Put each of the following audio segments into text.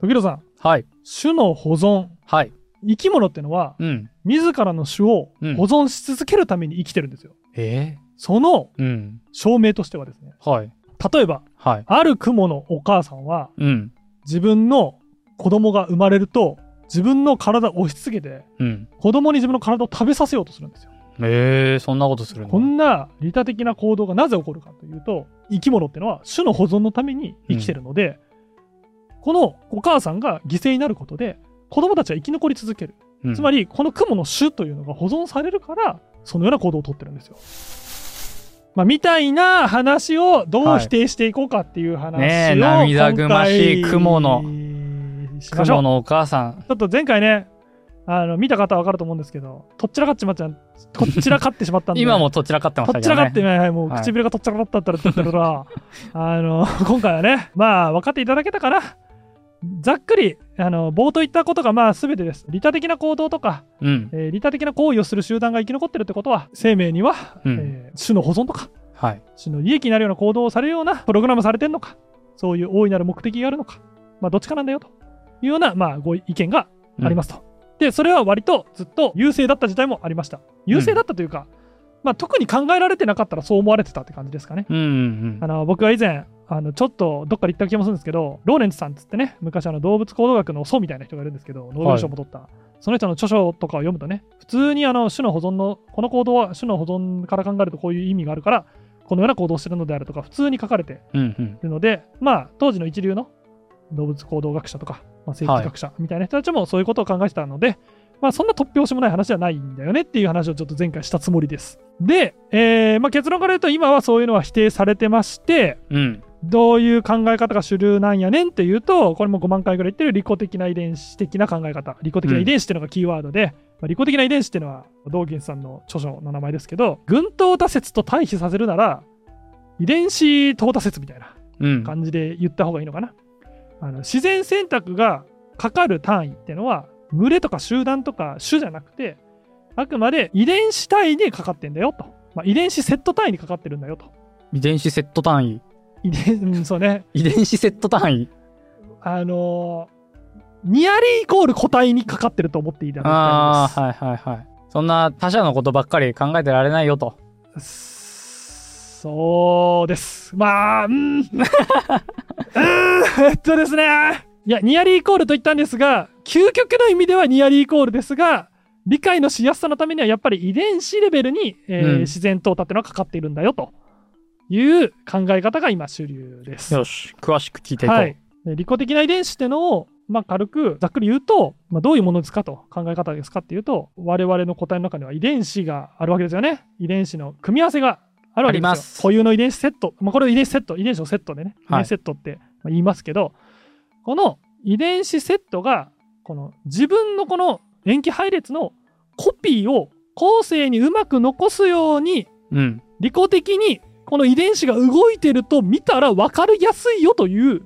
時宏さん、はい。種の保存。はい。生き物ってのは、うん。自らの種をうん保存し続けるために生きてるんですよ。えそのえうん。証明としてはですね、はい。例えば、はい。ある雲のお母さんは、うん。自分の子供が生まれると、自分の体を押し付けて、うん。子供に自分の体を食べさせようとするんですよ。ええそんなことするのこんな利他的な行動がなぜ起こるかというと、生き物ってのは種の保存のために生きてるので、このお母さんが犠牲になることで、子供たちは生き残り続ける。つまり、り、この雲の種というのが保存されるから、そのような行動をとってるんですよ。まあ、みたいな話をどう否定していこうかっていう話を、はいねえ涙ぐましい雲のしましょ雲う。のお母さん。ちょっと前回ね、あの見た方は分かると思うんですけど、とっちらかっちまっちゃん、とっちらかってしまったんで、 今もとっちらかってましとたっけちどらね。かってない、はい、もうはい唇がとっちらかったったらって言ったら、 あの、今回はね、まあ、分かっていただけたかな。ざっくり、あの、冒頭言ったことが、まあ、すべてです。利他的な行動とか、うん。えー利他的な行為をする集団が生き残ってるってことは、生命には、うんえー種の保存とか、はい。。種の利益になるような行動をされるような、プログラムされてるのか、そういう大いなる目的があるのか、まあ、どっちかなんだよ、というような、まあ、ご意見がありますすと。で、それは割とずっと優勢だった時代もありました。優勢だったというか、まあ、特に考えられてなかったらそう思われてたって感じですかね。うん。うんあの僕は以前あのちょっとどっかで行った気もするんですけどローレンツさんっつってね昔あの動物行動学の祖みたいな人がいるんですけどノーベル賞も取った、その人の著書とかを読むとね普通にあの種の保存のこの行動は種の保存から考えるとこういう意味があるからこのような行動をしてるのであるとか普通に書かれてうん。うん。いるのでまあ当時の一流の動物行動学者とか、まあ、生物学者みたいな人たちもそういうことを考えてたので、まあそんな突拍子もない話じゃないんだよねっていう話をちょっと前回したつもりです。で、えーまあ、結論から言うと今はそういうのは否定されてまして、うん。どういう考え方が主流なんやねんっていうと、これも5万回ぐらい言ってる利己的な遺伝子的な考え方。利己的な遺伝子っていうのがキーワードで、まあ利己的な遺伝子っていうのは、道元さんの著書の名前ですけど、群淘多説と対比させるなら、遺伝子淘汰説みたいなうん。感じで言った方がいいのかな。あの自然選択がかかる単位っていうのは、群れとか集団とか種じゃなくて、あくまで遺伝子単位にかかってんだよと。まあ、遺伝子セット単位にかかってるんだよと。遺伝子セット単位。遺伝、うん、そうね。遺伝子セット単位。あのーニアリーイコール個体にかかってると思っていただきああ、たいはいはいはい。そんな他者のことばっかり考えてられないよと。です。そうです。まあ、うん。うーんえっとですね。いや、ニアリーイコールと言ったんですが、究極の意味ではニアリーイコールですが、理解のしやすさのためにはやっぱり遺伝子レベルに、えーうん自然淘汰っていうのはかかっているんだよという考え方が今主流です。よし、詳しく聞いていこう。はい、で利己的な遺伝子ってのを、まあ、軽くざっくり言うと、まあ、どういうものですかと考え方ですかっていうと我々の個体の中には遺伝子があるわけですよね遺伝子の組み合わせがあるわけですよあります固有の遺伝子セット、まあ、これ遺伝子セット遺伝子のセットでね遺はい伝子セットってまあ言いますけど、この遺伝子セットがこの自分のこの塩基配列のコピーを後世にうまく残すようにうん。利己的にこの遺伝子が動いてると見たら分かりやすいよという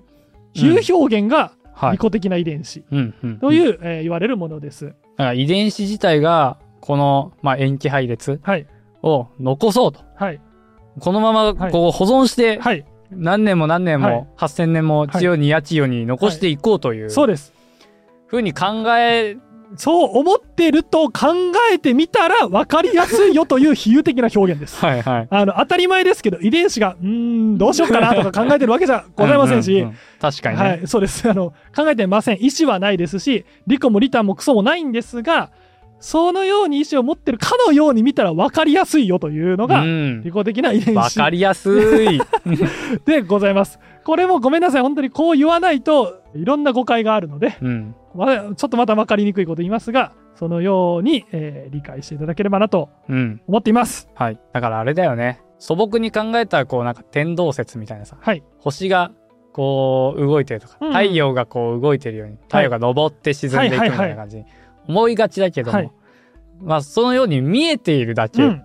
比喩表現がは利い。己的な遺伝子うんうん。という、えー言われるものです。だから遺伝子自体がこの、まあ、塩基配列はいを残そうと。はいこのまはまいこう保存してはい何年も何年はいも8,000年も千代にや千代に残していこうというそうです。ふうに考えそう思ってると考えてみたら分かりやすいよという比喩的な表現です。はいはいあの当たり前ですけど遺伝子がうーんどうしようかなとか考えてるわけじゃございませんし。ううう確かにね、はい、そうです。 あの、考えてません。意思はないですし、利己もリタもクソもないんですが、そのように意思を持ってるかのように見たら分かりやすいよというのうが、ん利己的な遺伝わ子かりやす いでございます。これもごめんなさい。本当にこう言わないといろんな誤解があるので、うんまあちょっとまた分かりにくいこと言いますが、そのように、えー理解していただければなとうん思っています。はいだからあれだよね素朴に考えたらこうなんか天動説みたいなさはい。星がこう動いてるとか、うんうん太陽がこう動いてるように太陽が昇って沈んではいくみたいいはいはいな感じに思いがちだけども、はいまあそのように見えているだけうん。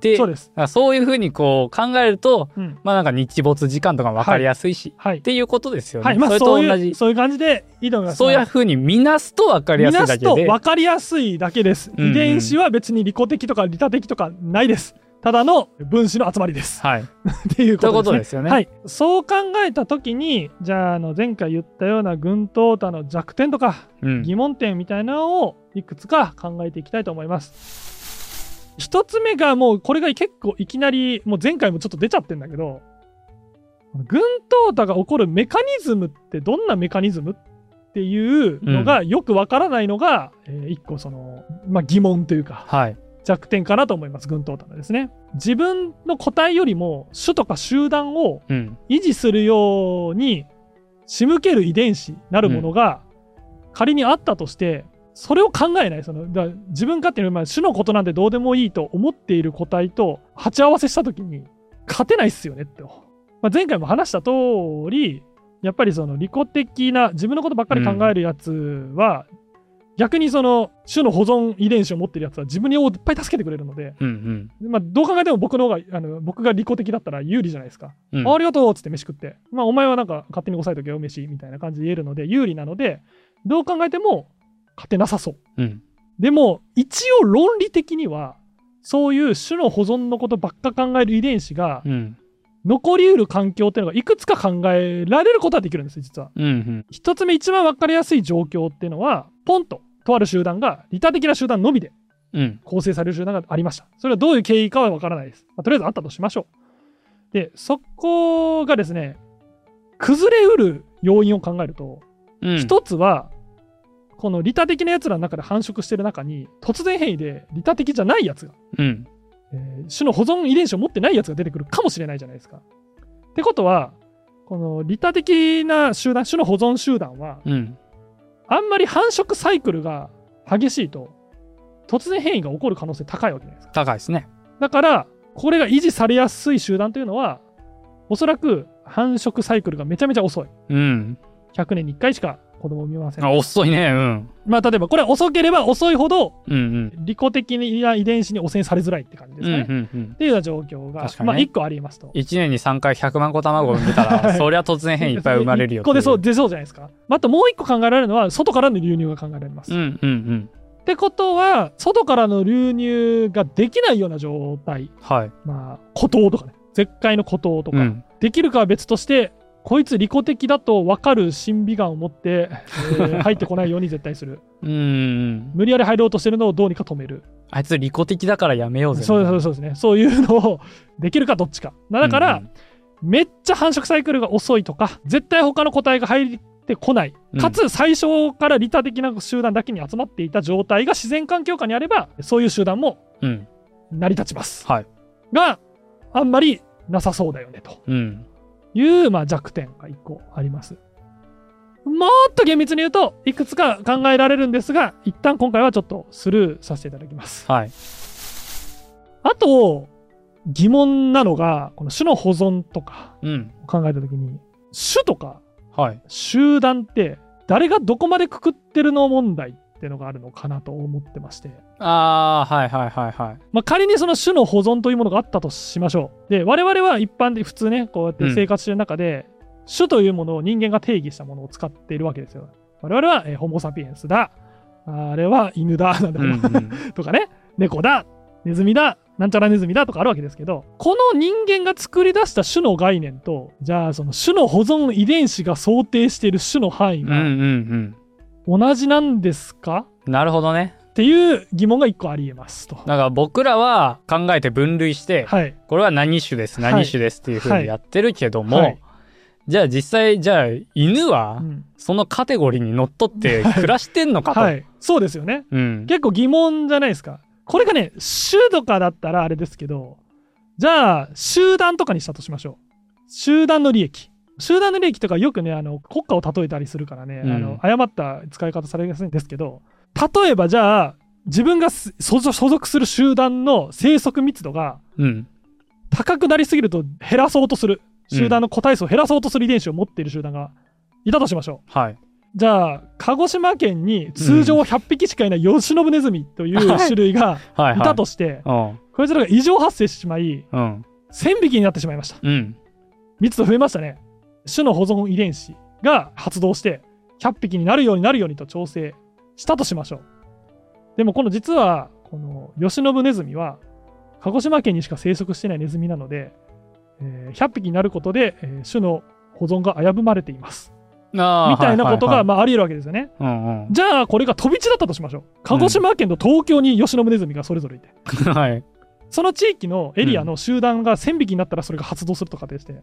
で、そうです。あそういうふうにこう考えるとうん。まあなんか日没時間とかも分かりやすいし、はいっ。ていうことですよね、はい。まあ、そそうれと同いじう、そういう感じでいいと思います。そういうふうに見なすと分かりや見すいなだすけとで分かりやすいだけです。うんうん遺伝子は別に利己的とか利他的とかないです。ただの分子の集まりです。はい。っていうこといとうでこすとね。ですよね。はい、そう考えた時にじゃああの前回言ったような軍闘他の弱点とかうん。疑問点みたいなのをいくつか考えていきたいと思います。一つ目がもうこれが結構いきなりもう前回もちょっと出ちゃってんだけど軍闘他が起こるメカニズムってどんなメカニズムっていうのがよくわからないのが、えー一個その、まあ、疑問というかはい。弱点かなと思います軍闘他のですね。自分の個体よりも種とか集団をうん。維持するように仕向ける遺伝子なるものが仮にあったとして、それを考えないそのだ自分勝手にまあ種のことなんてどうでもいいと思っている個体と鉢合わせした時に勝てないっすよねって、まあ、前回も話した通りやっぱりその利己的な自分のことばっかり考えるやつは、逆にその種の保存遺伝子を持ってるやつは自分をいっぱい助けてくれるので、うんまあ、どう考えても僕の方があの僕が利己的だったら有利じゃないですか。うん。うんあありがとうっつって飯食って、まあ、お前はなんか勝手に抑えとけよ、飯みたいな感じで言えるので、有利なので、どう考えても勝てなさそう。うん。でも、一応論理的には、そういう種の保存のことばっか考える遺伝子がうん。残りうる環境っていうのがいくつか考えられることはできるんですよ、実は。うん。うん。一つ目、一番分かりやすい状況っていうのは、ポンと、とある集団が利他的な集団のみでうん。構成される集団がありました。それはどういう経緯かはわからないです。まあとりあえずあったとしましょう。で、そこがですね、崩れうる要因を考えると、うん。一、つは、この利他的なやつらの中で繁殖してる中に、突然変異で利他的じゃないやつが、うん。えー種の保存遺伝子を持ってないやつが出てくるかもしれないじゃないですか。ってことは、この利他的な集団、種の保存集団は、うん。あんまり繁殖サイクルが激しいと、突然変異が起こる可能性高いわけじゃないですか高いですね。だから、これが維持されやすい集団というのは、おそらく繁殖サイクルがめちゃめちゃ遅い。うん。 100年に1回しか子供を産みません。あ、遅いね。うん。まあ、例えば、これは遅ければ遅いほど、うん。利己的な遺伝子に汚染されづらいって感じでうん。すうんかね。。うん。うんっ。ていうような状況が、確かにねまあ、1個ありますと。 1年に3回100万個卵を産んでたはら、いそりゃ突然変異いっぱい生まれるよ。 1個でそう、。出そうじゃないですか。あともう1個考えられるのは、外からの流入が考えられます。うっんうんうん。てことは、外からの流入ができないような状態、はい。まあ、孤島とかね、絶海の孤島とか、うん。できるかは別としてこいつ利己的だと分かる審美眼を持って、え ー入ってこないように絶対するうんうん。無理やり入ろうとしてるのをどうにか止めるあいつ利己的だからやめようぜ。そうそうそうですねそういうのをできるかどっちかだから、うんめっちゃ繁殖サイクルが遅いとか絶対他の個体が入ってこないうんかつ最初から利他的な集団だけに集まっていた状態が自然環境下にあればそういう集団もうん。うん成り立ちます、はいがあんまりなさそうだよねとうん。いう、まあ、弱点が1個あります。もっと厳密に言うといくつか考えられるんですが一旦今回はちょっとスルーさせていただきます。はい。あと疑問なのがこの種の保存とかうん。を考えた時に種とかはい。集団って誰がどこまでくくってるの問題っていうのがあるのかなと思ってまして、ああ、はいはいはいはい。まあ、仮にその種の保存というものがあったとしましょう。で我々は一般で普通ねこうやって生活してる中で、種というものを人間が定義したものを使っているわけですよ。我々は、えーホモ・サピエンスだああれは犬だなんだ、うんうん。とかね猫だネズミだなんちゃらネズミだとかあるわけですけどこの人間が作り出した種の概念とじゃあその種の保存遺伝子が想定している種の範囲うんがうん同じなんですか、うん。なるほどね。っていう疑問が1個ありえますと。だから僕らは考えて分類して、はい、これは何種です、はい何種ですっていうふうにやってるけども、はいじゃあ実際、じゃあ犬はうんそのカテゴリーにのっとって暮らしてんのかと。はい、そうですよねうん。結構疑問じゃないですかこれがね種とかだったらあれですけどじゃあ集団とかにしたとしましょう集団の利益集団の利益とかよくねあの国家を例えたりするからね、うんあの誤った使い方されやすいんですけど例えばじゃあ自分がす所属所属する集団の生息密度がうん。高くなりすぎると減らそうとする集団の個体数を減らそうとする遺伝子を持っている集団がいたとしましょうはい。じゃあ鹿児島県に通常100匹しかいないヨシノブネズミというはい種類がはいはい。いたとしてうん。こいつらが異常発生してしまいうん。 1000匹になってしまいましたうん。密度増えましたね種の保存遺伝子が発動して100匹になるようになるようにと調整したとしましょうでもこの実はこのヨシノブネズミは鹿児島県にしか生息していないネズミなので、えー100匹になることで、えー種の保存が危ぶまれています。あーみたいなことが、はいまあ、あり得るわけですよね。はいはいうんうんじゃあ、これが飛び地だったとしましょう。鹿児島県と東京に吉野ネズミがそれぞれいて、はいその地域のエリアの集団が1000匹になったらそれが発動すると仮定して、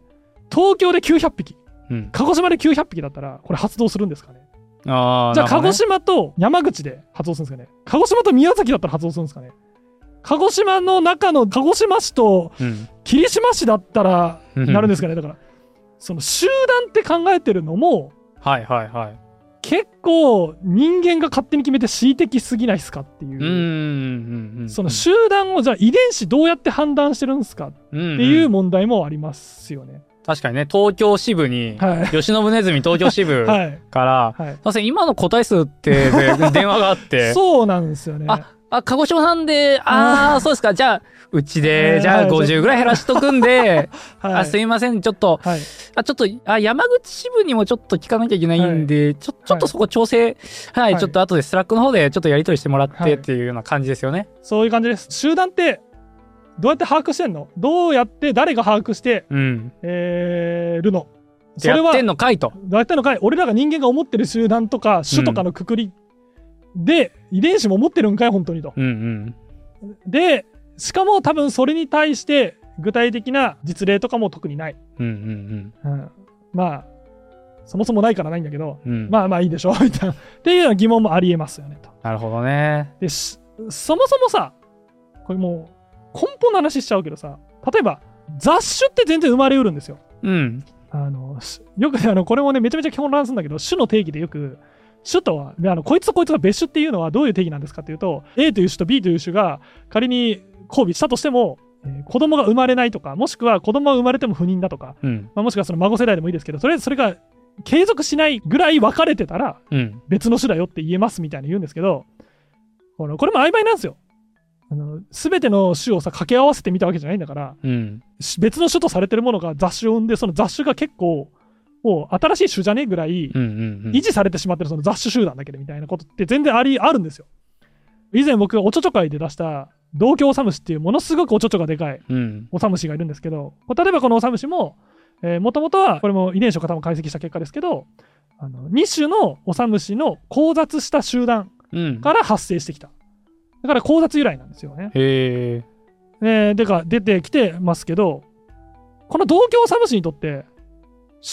東京で900匹、うん鹿児島で900匹だったら、これ発動するんですかね。あーじゃあ、なる鹿ほどね児島と山口で発動するんですかね。鹿児島と宮崎だったら発動するんですかね。鹿児島の中の鹿児島市と霧島市だったらうんなるんですかね。だから、その集団って考えてるのも、はいはいはい結構人間が勝手に決めて恣意的すぎないですかっていうーんう、うんうんその集団をじゃあ遺伝子どうやって判断してるんですかっうんうんていう問題もありますよね。確かにね東京支部にはい。吉野ネズミ東京支部はい。 からはいすいません今の個体 数ってで電話があってそうなんですよね。ああ、鹿児島さんで、ああ、そうですか。じゃあ、うちえでー、じゃはあい50ぐらい減らしとくんで、はあすい。いません、ちょっと、はい。あ、ちょっと、あ、山口支部にもちょっと聞かなきゃいけないんで、ちょ、ちょっとそこ調整、はい、はいちょっと後でスラックの方でちょっとやり取りしてもらっはいてっていうような感じですよね。そういう感じです。集団ってどうやって把握してんのどうやって誰が把握して、うん。えーるのそやれっはてんのかいと。大体のかい俺らが人間が思ってる集団とか種とかのくくりで、遺伝子も持ってるんかい本当にと。うんうん。でしかも多分それに対して具体的な実例とかも特にない。うんうんうんまあそもそもないからないんだけど、うん。うん。まあまあいいでしょみたいな。っていうような 疑問もありえますよねと。なるほどね。でしそもそもさこれもう根本の話しちゃうけどさ例えば雑種って全然生まれうるんですよ。うん。あのしよくねあのこれもねめちゃめちゃ基本乱するんだけど種の定義でよく種とはであのこいつとこいつが別種っていうのはどういう定義なんですかっていうと A という種と B という種が仮に交尾したとしても、えー子供が生まれないとかもしくは子供が生まれても不妊だとか、うん。まあ、もしくはその孫世代でもいいですけどとりあえずそれが継続しないぐらい分かれてたらうん。別の種だよって言えますみたいに言うんですけどこのこれも曖昧なんですよ。あの全ての種をさ掛け合わせてみたわけじゃないんだからうん。し別の種とされてるものが雑種を生んでその雑種が結構もう新しい種じゃねえぐらいうんうんうん。維持されてしまってるその雑種集団だけでみたいなことって全然ありあるんですよ以前僕がおちょちょ会で出した同居オサムシっていうものすごくおちょちょがでかいうん。オサムシがいるんですけどこれ例えばこのオサムシももともとはこれも遺伝子を多分解析した結果ですけどあの2種のオサムシの交雑した集団うん。から発生してきただから交雑由来なんですよねへえ。えー、でか出てきてますけど、この同居サムシにとって、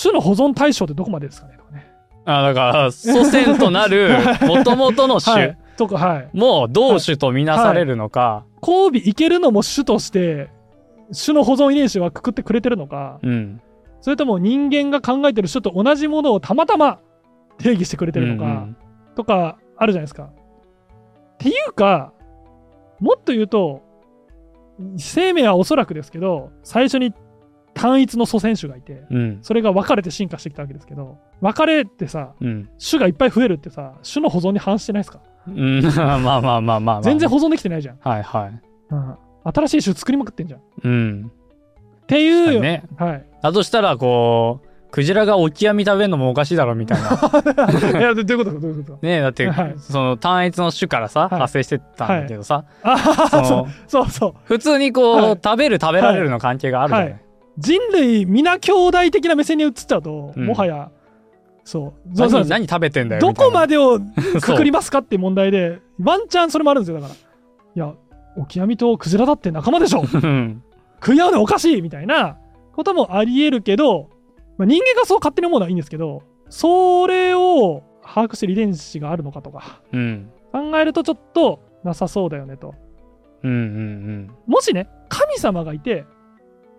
種の保存対象ってどこまでですかねとかね。あ、だから、祖先と なる元々のは種い、とか、はい。もう同種とみなされるのか、交尾いけるのも種として、種の保存遺伝子はくくってくれてるのか、うん。それとも人間が考えてる種と同じものをたまたま定義してくれてるのうんうか、んとかあるじゃないですか。っていうか、もっと言うと、生命はおそらくですけど、最初に単一の祖先種がいて、うん。それが分かれて進化してきたわけですけど分かれってさうん。種がいっぱい増えるってさ種の保存に反してないですかうん。まあまあまあまあまあ。全然。保存できてないじゃん、はいはい。うん新しい種作りまくってんじゃんっうん。ていう、ね。はい だとしたら、こう、クジラがオキアミ食べるのもおかしいだろみたいな。いやどどういうことどういうことねだってはい、その単一の種からさ、はい発生してったんだけどさ、あははそのそうそうそう普通にこう、はい食べる食べられるの関係があるじゃない。は人類皆兄弟的な目線に移っちゃうと、うんもはやそうそうそう何何食べてんだよどこまででをくくくりますかって問題でワンチャンそれもあるんですよだからいやオキアミとクジラだって仲間でしょ うん。食い合うのおかしいみたいなこともありえるけど、まあ、人間がそう勝手に思うのはいいんですけどそれを把握してる遺伝子があるのかとかうん。考えるとちょっとなさそうだよねとうんうんもしね神様がいて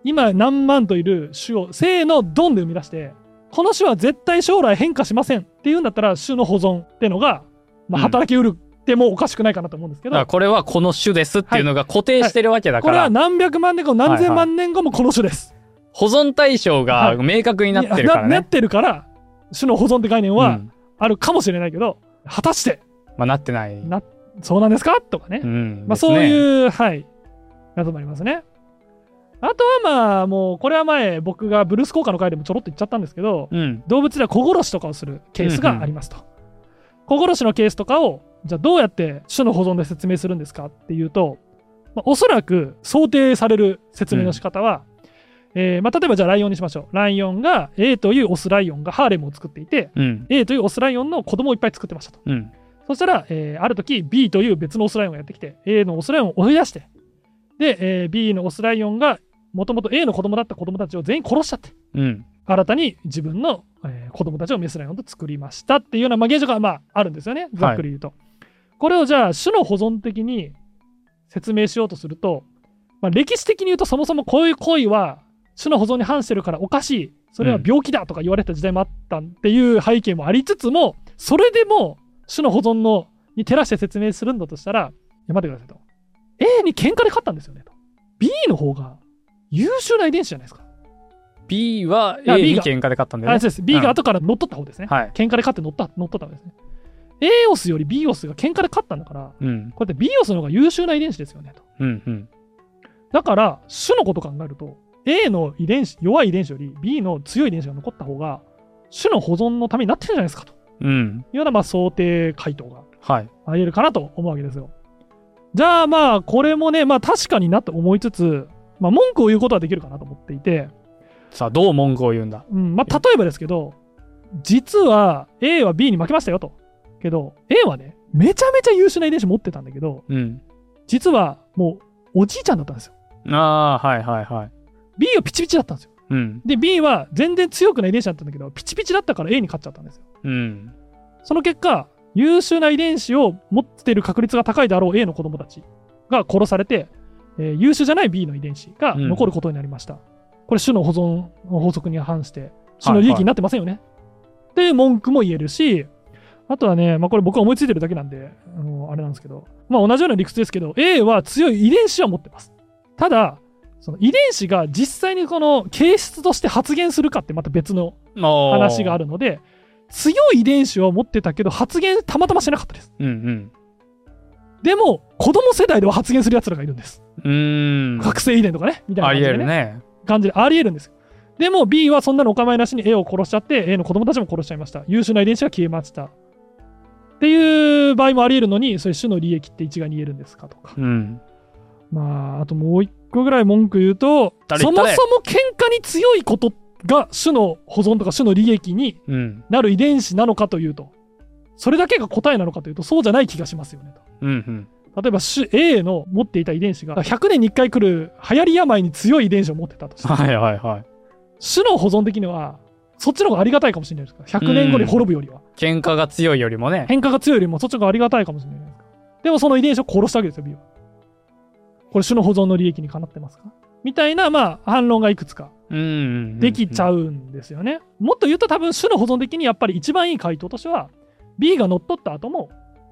今何万といる種をせーのドンで生み出してこの種は絶対将来変化しませんっていうんだったら種の保存ってのが、まあ、うん働きうるってもおかしくないかなと思うんですけだど、からこれはこの種ですっていうのが固定してるわけだこかれら、は何百万年後何千万年後もこの種です。保存対象が明確になってるからななねっ。てるから種の保存って概念うはんあるかもしれないけど、果たしてまあなってない。なそうなんですかとかね、うんまあ、そういう、はい謎もありますねあとはまあもうこれは前僕がブルース効果の回でもちょろっと言っちゃったんですけど、うん。動物では子殺しとかをするケースがありますと、子殺しのケースとかをじゃあどうやって種の保存で説明するんですかっていうとまあ、おそらく想定される説明の仕方は、えーまあ、例えばじゃあライオンにしましょう。ライオンが A というオスライオンがハーレムを作っていて、うん。 A というオスライオンの子供をいっぱい作ってましたと。うん。そしたら、えーある時 B という別のオスライオンがやってきて、A のオスライオンを追い出して、で、えー B のオスライオンがもともと A の子供だった子供たちを全員殺しちゃって、うん。新たに自分の、えー子供たちをメスライオンと作りましたっていうような、まあ、現象が、まあ、あるんですよね、ざっくり言うと。これをじゃあ、種の保存的に説明しようとすると、まあ、歴史的に言うと、そもそもこういう行為は種の保存に反してるからおかしい、それは病気だとか言われてた時代もあったっていう背景もありつつも、それでも種の保存のに照らして説明するんだとしたら、いや待ってくださいと。A に喧嘩で勝ったんですよねと。B の方が優秀な遺伝子じゃないですか。 B はあ A B にが喧嘩で勝ったんだよあねそう。です B が後から乗っ取った方ですね。はい。喧嘩で勝って乗った乗っ取ったわけですね。A オスより B オスが喧嘩で勝ったんだから、うん。これって B オスの方が優秀な遺伝子ですよねと。うん。うん。だから、種のことを考えると、A の遺伝子、弱い遺伝子より B の強い遺伝子が残った方が、種の保存のためになってるじゃないですかとうん。いうようなまあ想定回答がはい。ありえるかなと思うわけですよ。じゃあまあ、これもね、まあ確かになと思いつつ、まあ文句を言うことはできるかなと思っていて、さあ、どう文句を言うんだうんまあ、例えばですけど、実は A は B に負けましたよと。けど、A はね、めちゃめちゃ優秀な遺伝子持ってたんだけど、うん。実はもうおじいちゃんだったんですよ。ああ、はいはいはい。 B はピチピチだったんですよ。うん。で、B は全然強くない遺伝子だったんだけど、ピチピチだったから A に勝っちゃったんですよ。うん。その結果、優秀な遺伝子を持っている確率が高いであろう A の子供たちが殺されて、えー優秀じゃない B の遺伝子が残ることになりました。これ、種の保存の法則に反して、種の利益になってませんよね。っていう文句も言えるし、あとはね、まあ、これ僕は思いついてるだけなんで、あのあれなんですけど、まあ、同じような理屈ですけど、A は強い遺伝子は持ってます。ただ、その遺伝子が実際にこの形質として発現するかってまた別の話がある。るので強い遺伝子を持ってたけど発言たまたましなかったですうんでも子供世代では発言するやつらがいるんです、うん。うーん。覚醒遺伝とかねみたいなあ感りじえで,、るね。感じでありえるんですよでも B はそんなのお構いなしに A を殺しちゃって A の子供たちも殺しちゃいました優秀な遺伝子が消えましたっていう場合もありえるのにそういう種の利益って一概に言えるんですかとかうん。まああともう一個ぐらい文句言うと誰そもそも誰喧嘩に強いことが種の保存とか種の利益にうん。なる遺伝子なのかというと、それだけが答えなのかというと、そうじゃない気がしますよねと。うん。うん。例えば種 A の持っていた遺伝子が100年に1回来る流行り病に強い遺伝子を持ってたとして、はいはいはい。種の保存的には、そっちの方がありがたいかもしれないですから、100年後に滅ぶよりは。喧嘩が強いよりもね。変化が強いよりもそっちの方がありがたいかもしれないじゃないですか。でもその遺伝子を殺したわけですよ、B は。これ種の保存の利益にかなってますかみたいな、まあ、反論がいくつかうんうんうん。できちゃう。うんですよね。もっと言うと多分種の保存的にやっぱり一番いい回答としては B が乗っ取った後も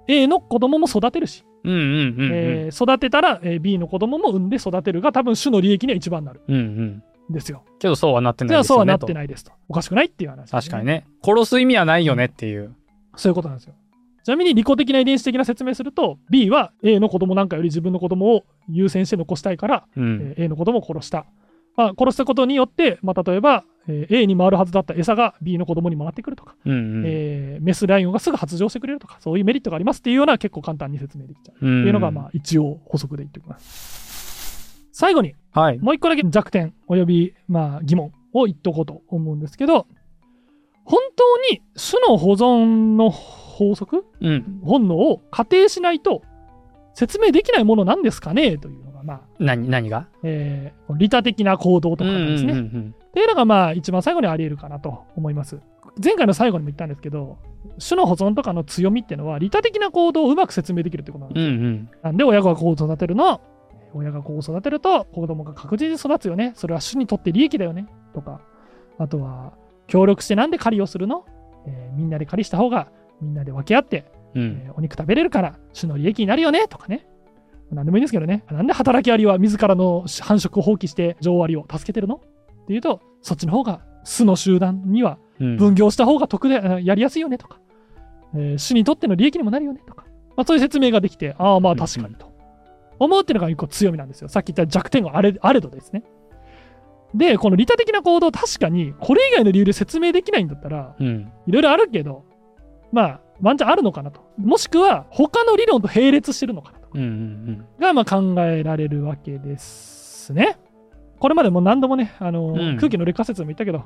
A の子供も育てるし、うんうんうんうん。えー育てたらえー B の子供も産んで育てるが多分種の利益には一番なるうんうん。んですよ。けどそうはなってじゃないあですそうよはね。なってないですと。おかしくないっていう話、と確かに。ね。殺す意味はないよねっていう。そういうことなんですよ。ちなみに利己的な遺伝子的な説明すると B は A の子供なんかより自分の子供を優先して残したいからうん。えー A の子供を殺した。まあ、殺したことによって、まあ、例えば、えー A に回るはずだった餌が B の子供に回ってくるとか。うんうん。えーメスライオンがすぐ発情してくれるとか、そういうメリットがありますっていうような結構簡単に説明できちゃうってていうのが、まあ、一応補足で言っておきます。最後に、あ。はい。もう一個だけ弱点および、まあ、疑問を言っとこうと思うんですけど、本当に種の保存の法則、うん。本能を仮定しないと説明できないものなんですかねというのが、まあ、何、何がえー利他的な行動とかですね。うんっていうのがまあ一番最後にあり得るかなと思います。前回の最後にも言ったんですけど、種の保存とかの強みっていうのは、利他的な行動をうまく説明できるってことなんうんでうす。ん。うんなんで親が子を育てるの親が子を育てると子供が確実に育つよね。それは種にとって利益だよね。とか、あとは、協力してなんで狩りをするの、えーみんなで狩りした方がみんなで分け合って、うん。うん。えーお肉食べれるから種の利益になるよね。とかね。なんでもいいんですけどね。なんで働きアリは自らの繁殖を放棄して女王アリを助けてるのっていうと、そっちの方が巣の集団にはうん分業した方が得で、あやりやすいよねとか、えー主にとっての利益にもなるよねとか、まあ、そういう説明ができて、ああ、まあ確かにと。思うっていうのが一個強みなんですよ。さっき言った弱点があれあれどですね。で、この利他的な行動、確かに、これ以外の理由で説明できないんだったら、うん。いろいろあるけど、まあ、ワンチャンあるのかなと。もしくは、他の理論と並列してるのかなとか。うんうんがまあ考えられるわけですね。これまでも何度もね、あのうん空気の劣化説も言ったけど、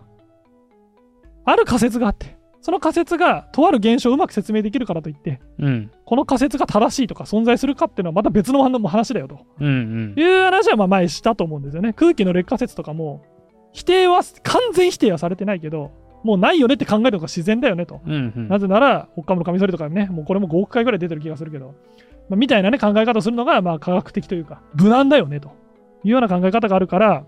ある仮説があって、その仮説がとある現象をうまく説明できるからといって、うん。うんこの仮説が正しいとか存在するかっていうのはまた別の話だよとうんうん。いう話はまあ前したと思うんですよね。空気の劣化説とかも、否定は、完全否定はされてないけど、もうないよねって考えるのが自然だよねと。うんうんなぜなら、オッカムのカミソリとかね、もうこれも5億回ぐらい出てる気がするけど、まあ、みたいなね、考え方をするのが、まあ、科学的というか、無難だよね、というような考え方があるから、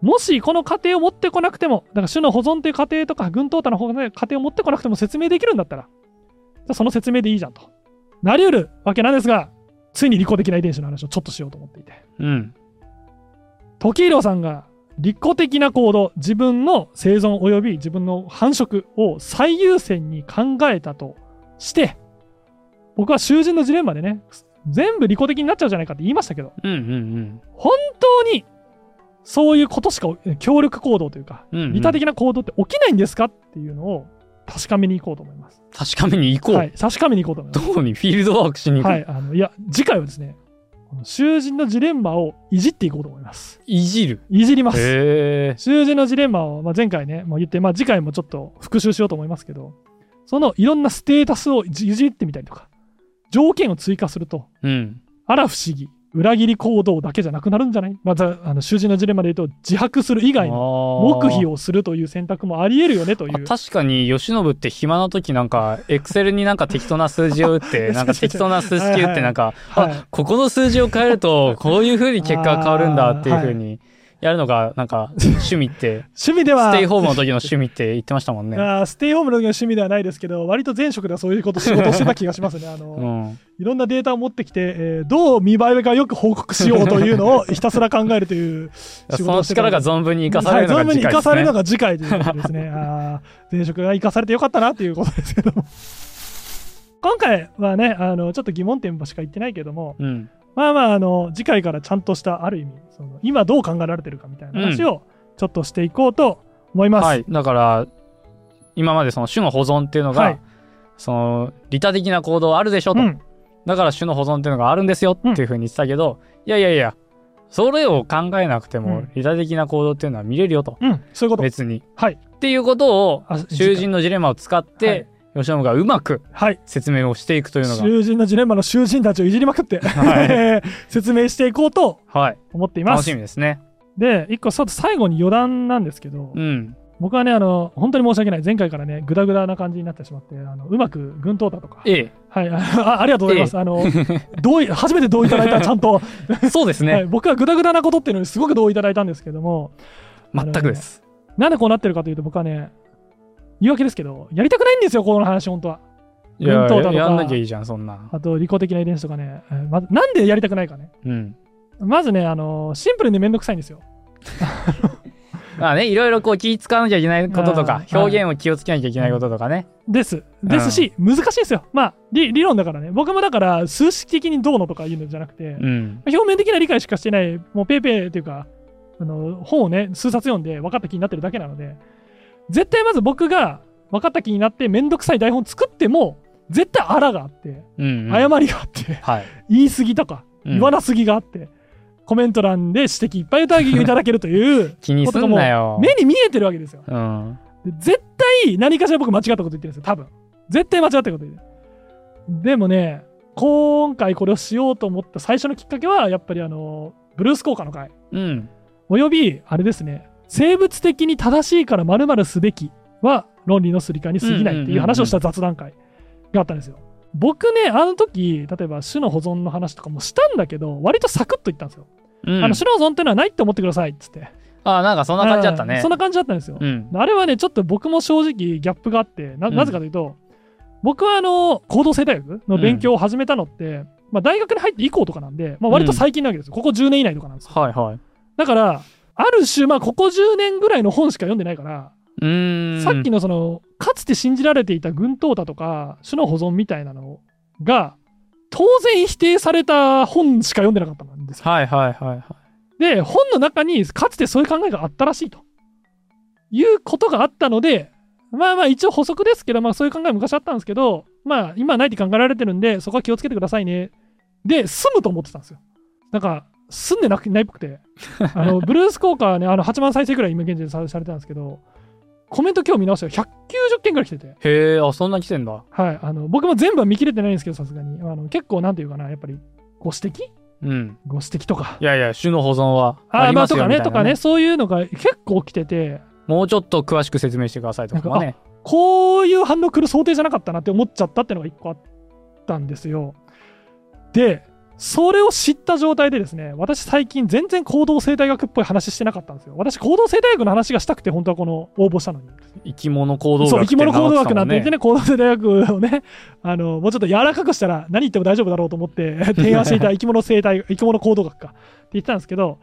もしこの過程を持ってこなくても、だから種の保存という過程とか、群淘汰の方がね、過程を持ってこなくても説明できるんだったら、じゃあその説明でいいじゃんと。なり得るわけなんですが、ついに履行できない遺伝子の話をちょっとしようと思っていて。うん時宏さんが立候的な行動自分の生存及び自分の繁殖を最優先に考えたとして僕は囚人のジレンマでね全部利己的になっちゃうじゃないかって言いましたけどうんうん本当にそういうことしか協力行動というかうんうん。利他的な行動って起きないんですかっていうのを確かめに行こうと思います。確かめに行こう。はい、確かめに行こうと思いますど。こにフィールドワークしに行はくい、あのいや次回はですねこの囚人のジレンマをいじっていこうと思います。いじる。いじります。へえ。囚人のジレンマを、まあ、前回ね、もう言って、まあ、次回もちょっと復習しようと思いますけど、そのいろんなステータスをいじいじってみたりとか、条件を追加すると、うん。あら不思議、裏切り行動だけじゃなくなるんじゃないまた、あの囚人のジレンマで言うと、自白する以外の黙黙秘をするという選択もありえるよねという。確かに、慶喜って暇な時なんか、エクセルになんか適当な数字を打っ 違う違て、うなんか適当な数式打って、なんか、はいはいあ、ここの数字を変えると、こういう風に結果が変わるんだっていう風に、やるのが、なんか、趣味って、趣 味ではステイホームの時の趣味って言ってましたもん ね。あーステイホームの時の趣味ではないですけど、割と前職ではそういうこと、仕事をしてた気がしますね。あの うん。いろんなデータを持ってきて、えーどう見栄えがよく報告しようというのをひたすら考えるという仕そ事をのしてた力 が存分に生かされるのはいが存分次に生回でかすされるのね。が次回ということですね。あー前職が生かされてよかったなということですけども。 今回はね、あのちょっと疑問点しか言ってないけども、うん。まあまあ、あの次回からちゃんとしたある意味、その今どう考えられてるかみたいな話をちょっとしていこうと思います。はい。だから、今までその種の保存っていうのが、はいその、利他的な行動あるでしょと。うんだから種の保存っていうのがあるんですよっていうふうに言ってたけど、いやいやいや、それを考えなくてうもん、利他的な行動っていうのは見れるよと。うん、そういうこと。別に。はい。っていうことをあ、囚人のジレンマを使って、吉野がうまくはい。説明をしていくというのが、囚人のジレンマの囚人たちをいじりまくって、は 説明していこうとはい。思っていま楽すしみですね。で一個そう最後に余談なんですけど、うん。僕はねあの本当に申し訳ない前回からねグダグダな感じになってしまってあのうまく軍闘だとかえはいああありがとうございます、あの同意 初めて同意いただいたちゃんと、 え。そうですは ねい。僕はグダグダなことっていうのにすごく同意いただいたんですけども全くです。なんでこうなってるかというと僕はね言い訳ですけどやりたくないんですよこの話本当はあいや文頭だとかやんなきゃいいじゃん、そんな。あと利己的な遺伝子とかね、えーまず、なんでやりたくないかねうん。まずねあのシンプルにめんどくさいんですよまあね、いろいろこう気使わなきゃいけないこととか、あー表現を気をつけなきゃいけないこととかね。です。ですし、難しいですよ。まあ理、理論だからね。僕もだから、数式的にどうのとかいうのじゃなくて、うん。表面的な理解しかしてない、もうペーペーっていうか、あの本をね、数冊読んで分かった気になってるだけなので、絶対まず僕が分かった気になって、めんどくさい台本作っても、絶対あらがあって、うん。うん誤りがあって、 はい。言い過ぎとか、うん、言わなすぎがあって、コメント欄で指摘いっぱいいただけいただけるという 気にすんなよ。目に見えてるわけですよ。うん。で絶対何かしら僕間違ったこと言ってるんですよ多分絶対間違ったこと言ってるでもね今回これをしようと思った最初のきっかけはやっぱりあのブルース効果の回うん。およびあれですね生物的に正しいから〇〇すべきは論理のすり替えに過ぎないっていう話をした雑談会があったんですよ僕ねあの時例えば種の保存の話とかもしたんだけど割とサクッと言ったんですよ、うん。あの種の保存っていうのはないって思ってくださいっつってあーなんかそんな感じだったね。うんそんな感じだったんですよ、うん。あれはね、ちょっと僕も正直ギャップがあって、なうんなぜかというと、僕はあの、行動生態学の勉強を始めたのって、まあ、大学に入って以降とかなんで、まあ、割と最近なわけですよ。ここ10年以内とかなんですよ。はいはい。だから、ある種、まあ、ここ10年ぐらいの本しか読んでないから、うーん。さっきのその、かつて信じられていた軍淘汰とか、種の保存みたいなのが、当然否定された本しか読んでなかったんですよ。はいはいはいはい。で、本の中にかつてそういう考えがあったらしいということがあったので、まあまあ一応補足ですけど、まあそういう考え昔あったんですけど、まあ今はないって考えられてるんで、そこは気をつけてくださいねで、住むと思ってたんですよ。なんか、住んでなくないっぽくて、あのブルース効果はね、あの8万再生くらい今現在さされてたんですけど、コメント今日見直したら190件くらい来てて、へえ、あ、そんな来てんだ。はい、あの僕も全部は見切れてないんですけど、さすがに。あの結構、なんていうかな、やっぱりご指摘うん。ご指摘とか。いやいや、種の保存はあありまあ、ますとよかね、みたといなかね、そういうのが結構来てて、もうちょっと詳しく説明してくださいとかもね。こういう反応来る想定じゃなかったなって思っちゃったっていうのが1個あったんですよ。で、それを知った状態でですね、私最近全然行動生態学っぽい話してなかったんですよ。私行動生態学の話がしたくて、本当はこの応募したのに。生き物行動学そう、生き物行動学なんてて言ってね、行動生態学をね、あの、もうちょっと柔らかくしたら何言っても大丈夫だろうと思って 提案していた生き物生態、生き物行動学かって言ってたんですけど、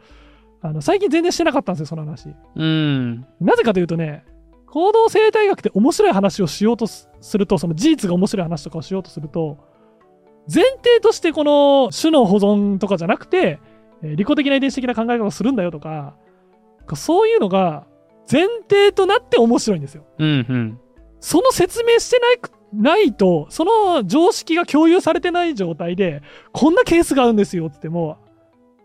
あの、最近全然してなかったんですよ、その話。うん。なぜかというとね、行動生態学って面白い話をしようとすすると、その事実が面白い話とかをしようとすると、前提としてこの種の保存とかじゃなくて、えー利己的な遺伝子的な考え方をするんだよとか、そういうのが前提となって面白いんですよ。うんうん。その説明してないくないと、その常識が共有されてない状態で、こんなケースがあるんですよって言っても、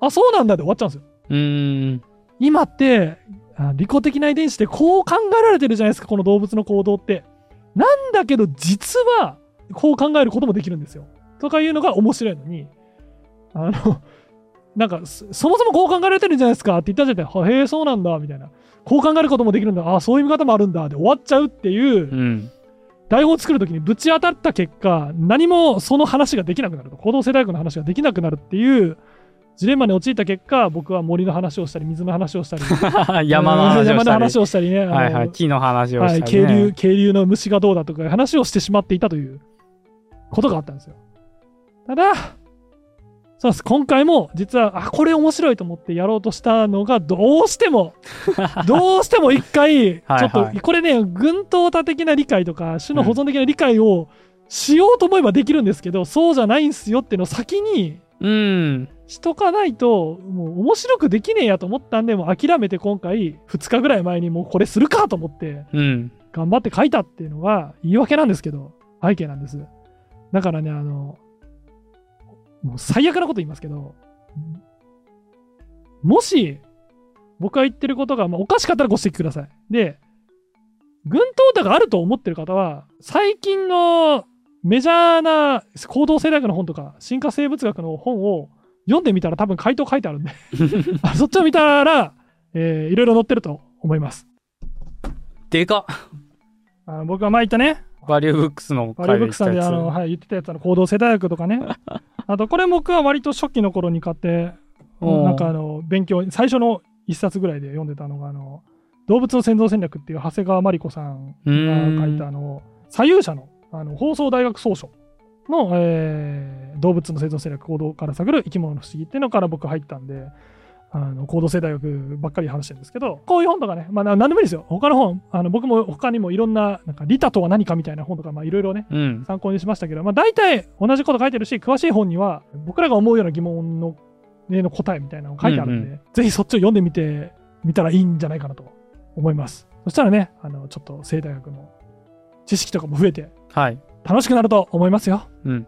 あ、そうなんだで終わっちゃうんですよ。うん。今ってあ利己的な遺伝子でこう考えられてるじゃないですかこの動物の行動ってなんだけど実はこう考えることもできるんですよとかいうのが面白いのにあのなんかそそもそもこう考えられてるんじゃないですかって言ったじゃないへえそうなんだみたいなこう考えることもできるんだあそういう見方もあるんだで終わっちゃうっていううん。台本を作るときにぶち当たった結果、何もその話ができなくなると、行動世代学の話ができなくなるっていうジレンマに陥った結果、僕は森の話をしたり、水の話をしたり、山の話をしたり。山の話をしたりね、あのはいはい。木の話をはしいたり、ね。渓流、渓流の虫がどうだとかいう話をしてしまっていたということがあったんですよ。ただ、そうです今回も実は、あ、これ面白いと思ってやろうとしたのが、どうして も、どうしても一回、ちはいょっと、これね、群島多的な理解とか、種の保存的な理解をしようと思えばできるんですけど、そうじゃないんすよっていうのを先にうん。しとかないと、もう面白くできねえやと思ったんで、もう諦めて今回、2日ぐらい前にもうこれするかと思って、うん。頑張って書いたっていうのが言い訳なんですけど、背景なんです。だからね、あの、もう最悪なこと言いますけど、もし僕が言ってることが、まあ、おかしかったらご指摘ください。で、軍闘打があると思ってる方は、最近のメジャーな行動生態学の本とか、進化生物学の本を読んでみたら多分回答書いてあるんで、あそっちを見たら、えーいろいろ載ってると思います。でかっあ僕が前言ったね、バリューブックスのバリュー回ブックで言っスさたんであやの、つ。はい、言ってたやつあの行動世代学とかねあとこれ僕は割と初期の頃に買っておうなんかあの勉強最初の一冊ぐらいで読んでたのがあの「動物の先祖戦略」っていう長谷川真理子さんうーんが書いたあの左右者のあの放送大学総書の、えー動物の生存戦略行動から探る生き物の不思議っていうのから僕入ったんであの行動性大学ばっかり話してるんですけどこういう本とかね、まあ、な何でもいいですよ他の本あの僕も他にもいろんななんかリタとは何かみたいな本とかまあいろいろねうん。参考にしましたけど、まあ、大体同じこと書いてるし詳しい本には僕らが思うような疑問の,、ね、の答えみたいなのが書いてあるんで、うんぜひそっちを読んでみてみたらいいんじゃないかなと思いますそしたらねあのちょっと生態学の知識とかも増えてはい。楽しくなると思いますようん。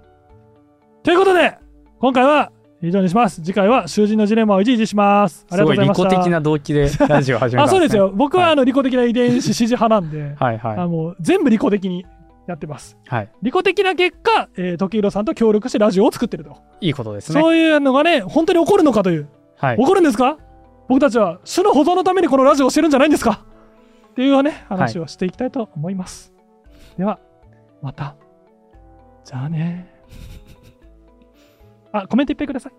ということで今回は以上にします次回は囚人のジレンマをいじいじしますあすりがとごういございま利した己的な動機でラジオ始めた、 あそうです。よ僕ははいあの利己的な遺伝子支持派なんで、 はいはい。あもう全部利己的にやってますはい。利己的な結果、えー、時宏さんと協力してラジオを作ってると、いいことですね。そういうのがね本当に起こるのかという、はい起。こるんですか僕たちは種の保存のためにこのラジオをしてるんじゃないんですかっていうね話をしていきたいと思います、ではまたじゃあねあコメントいっぱいください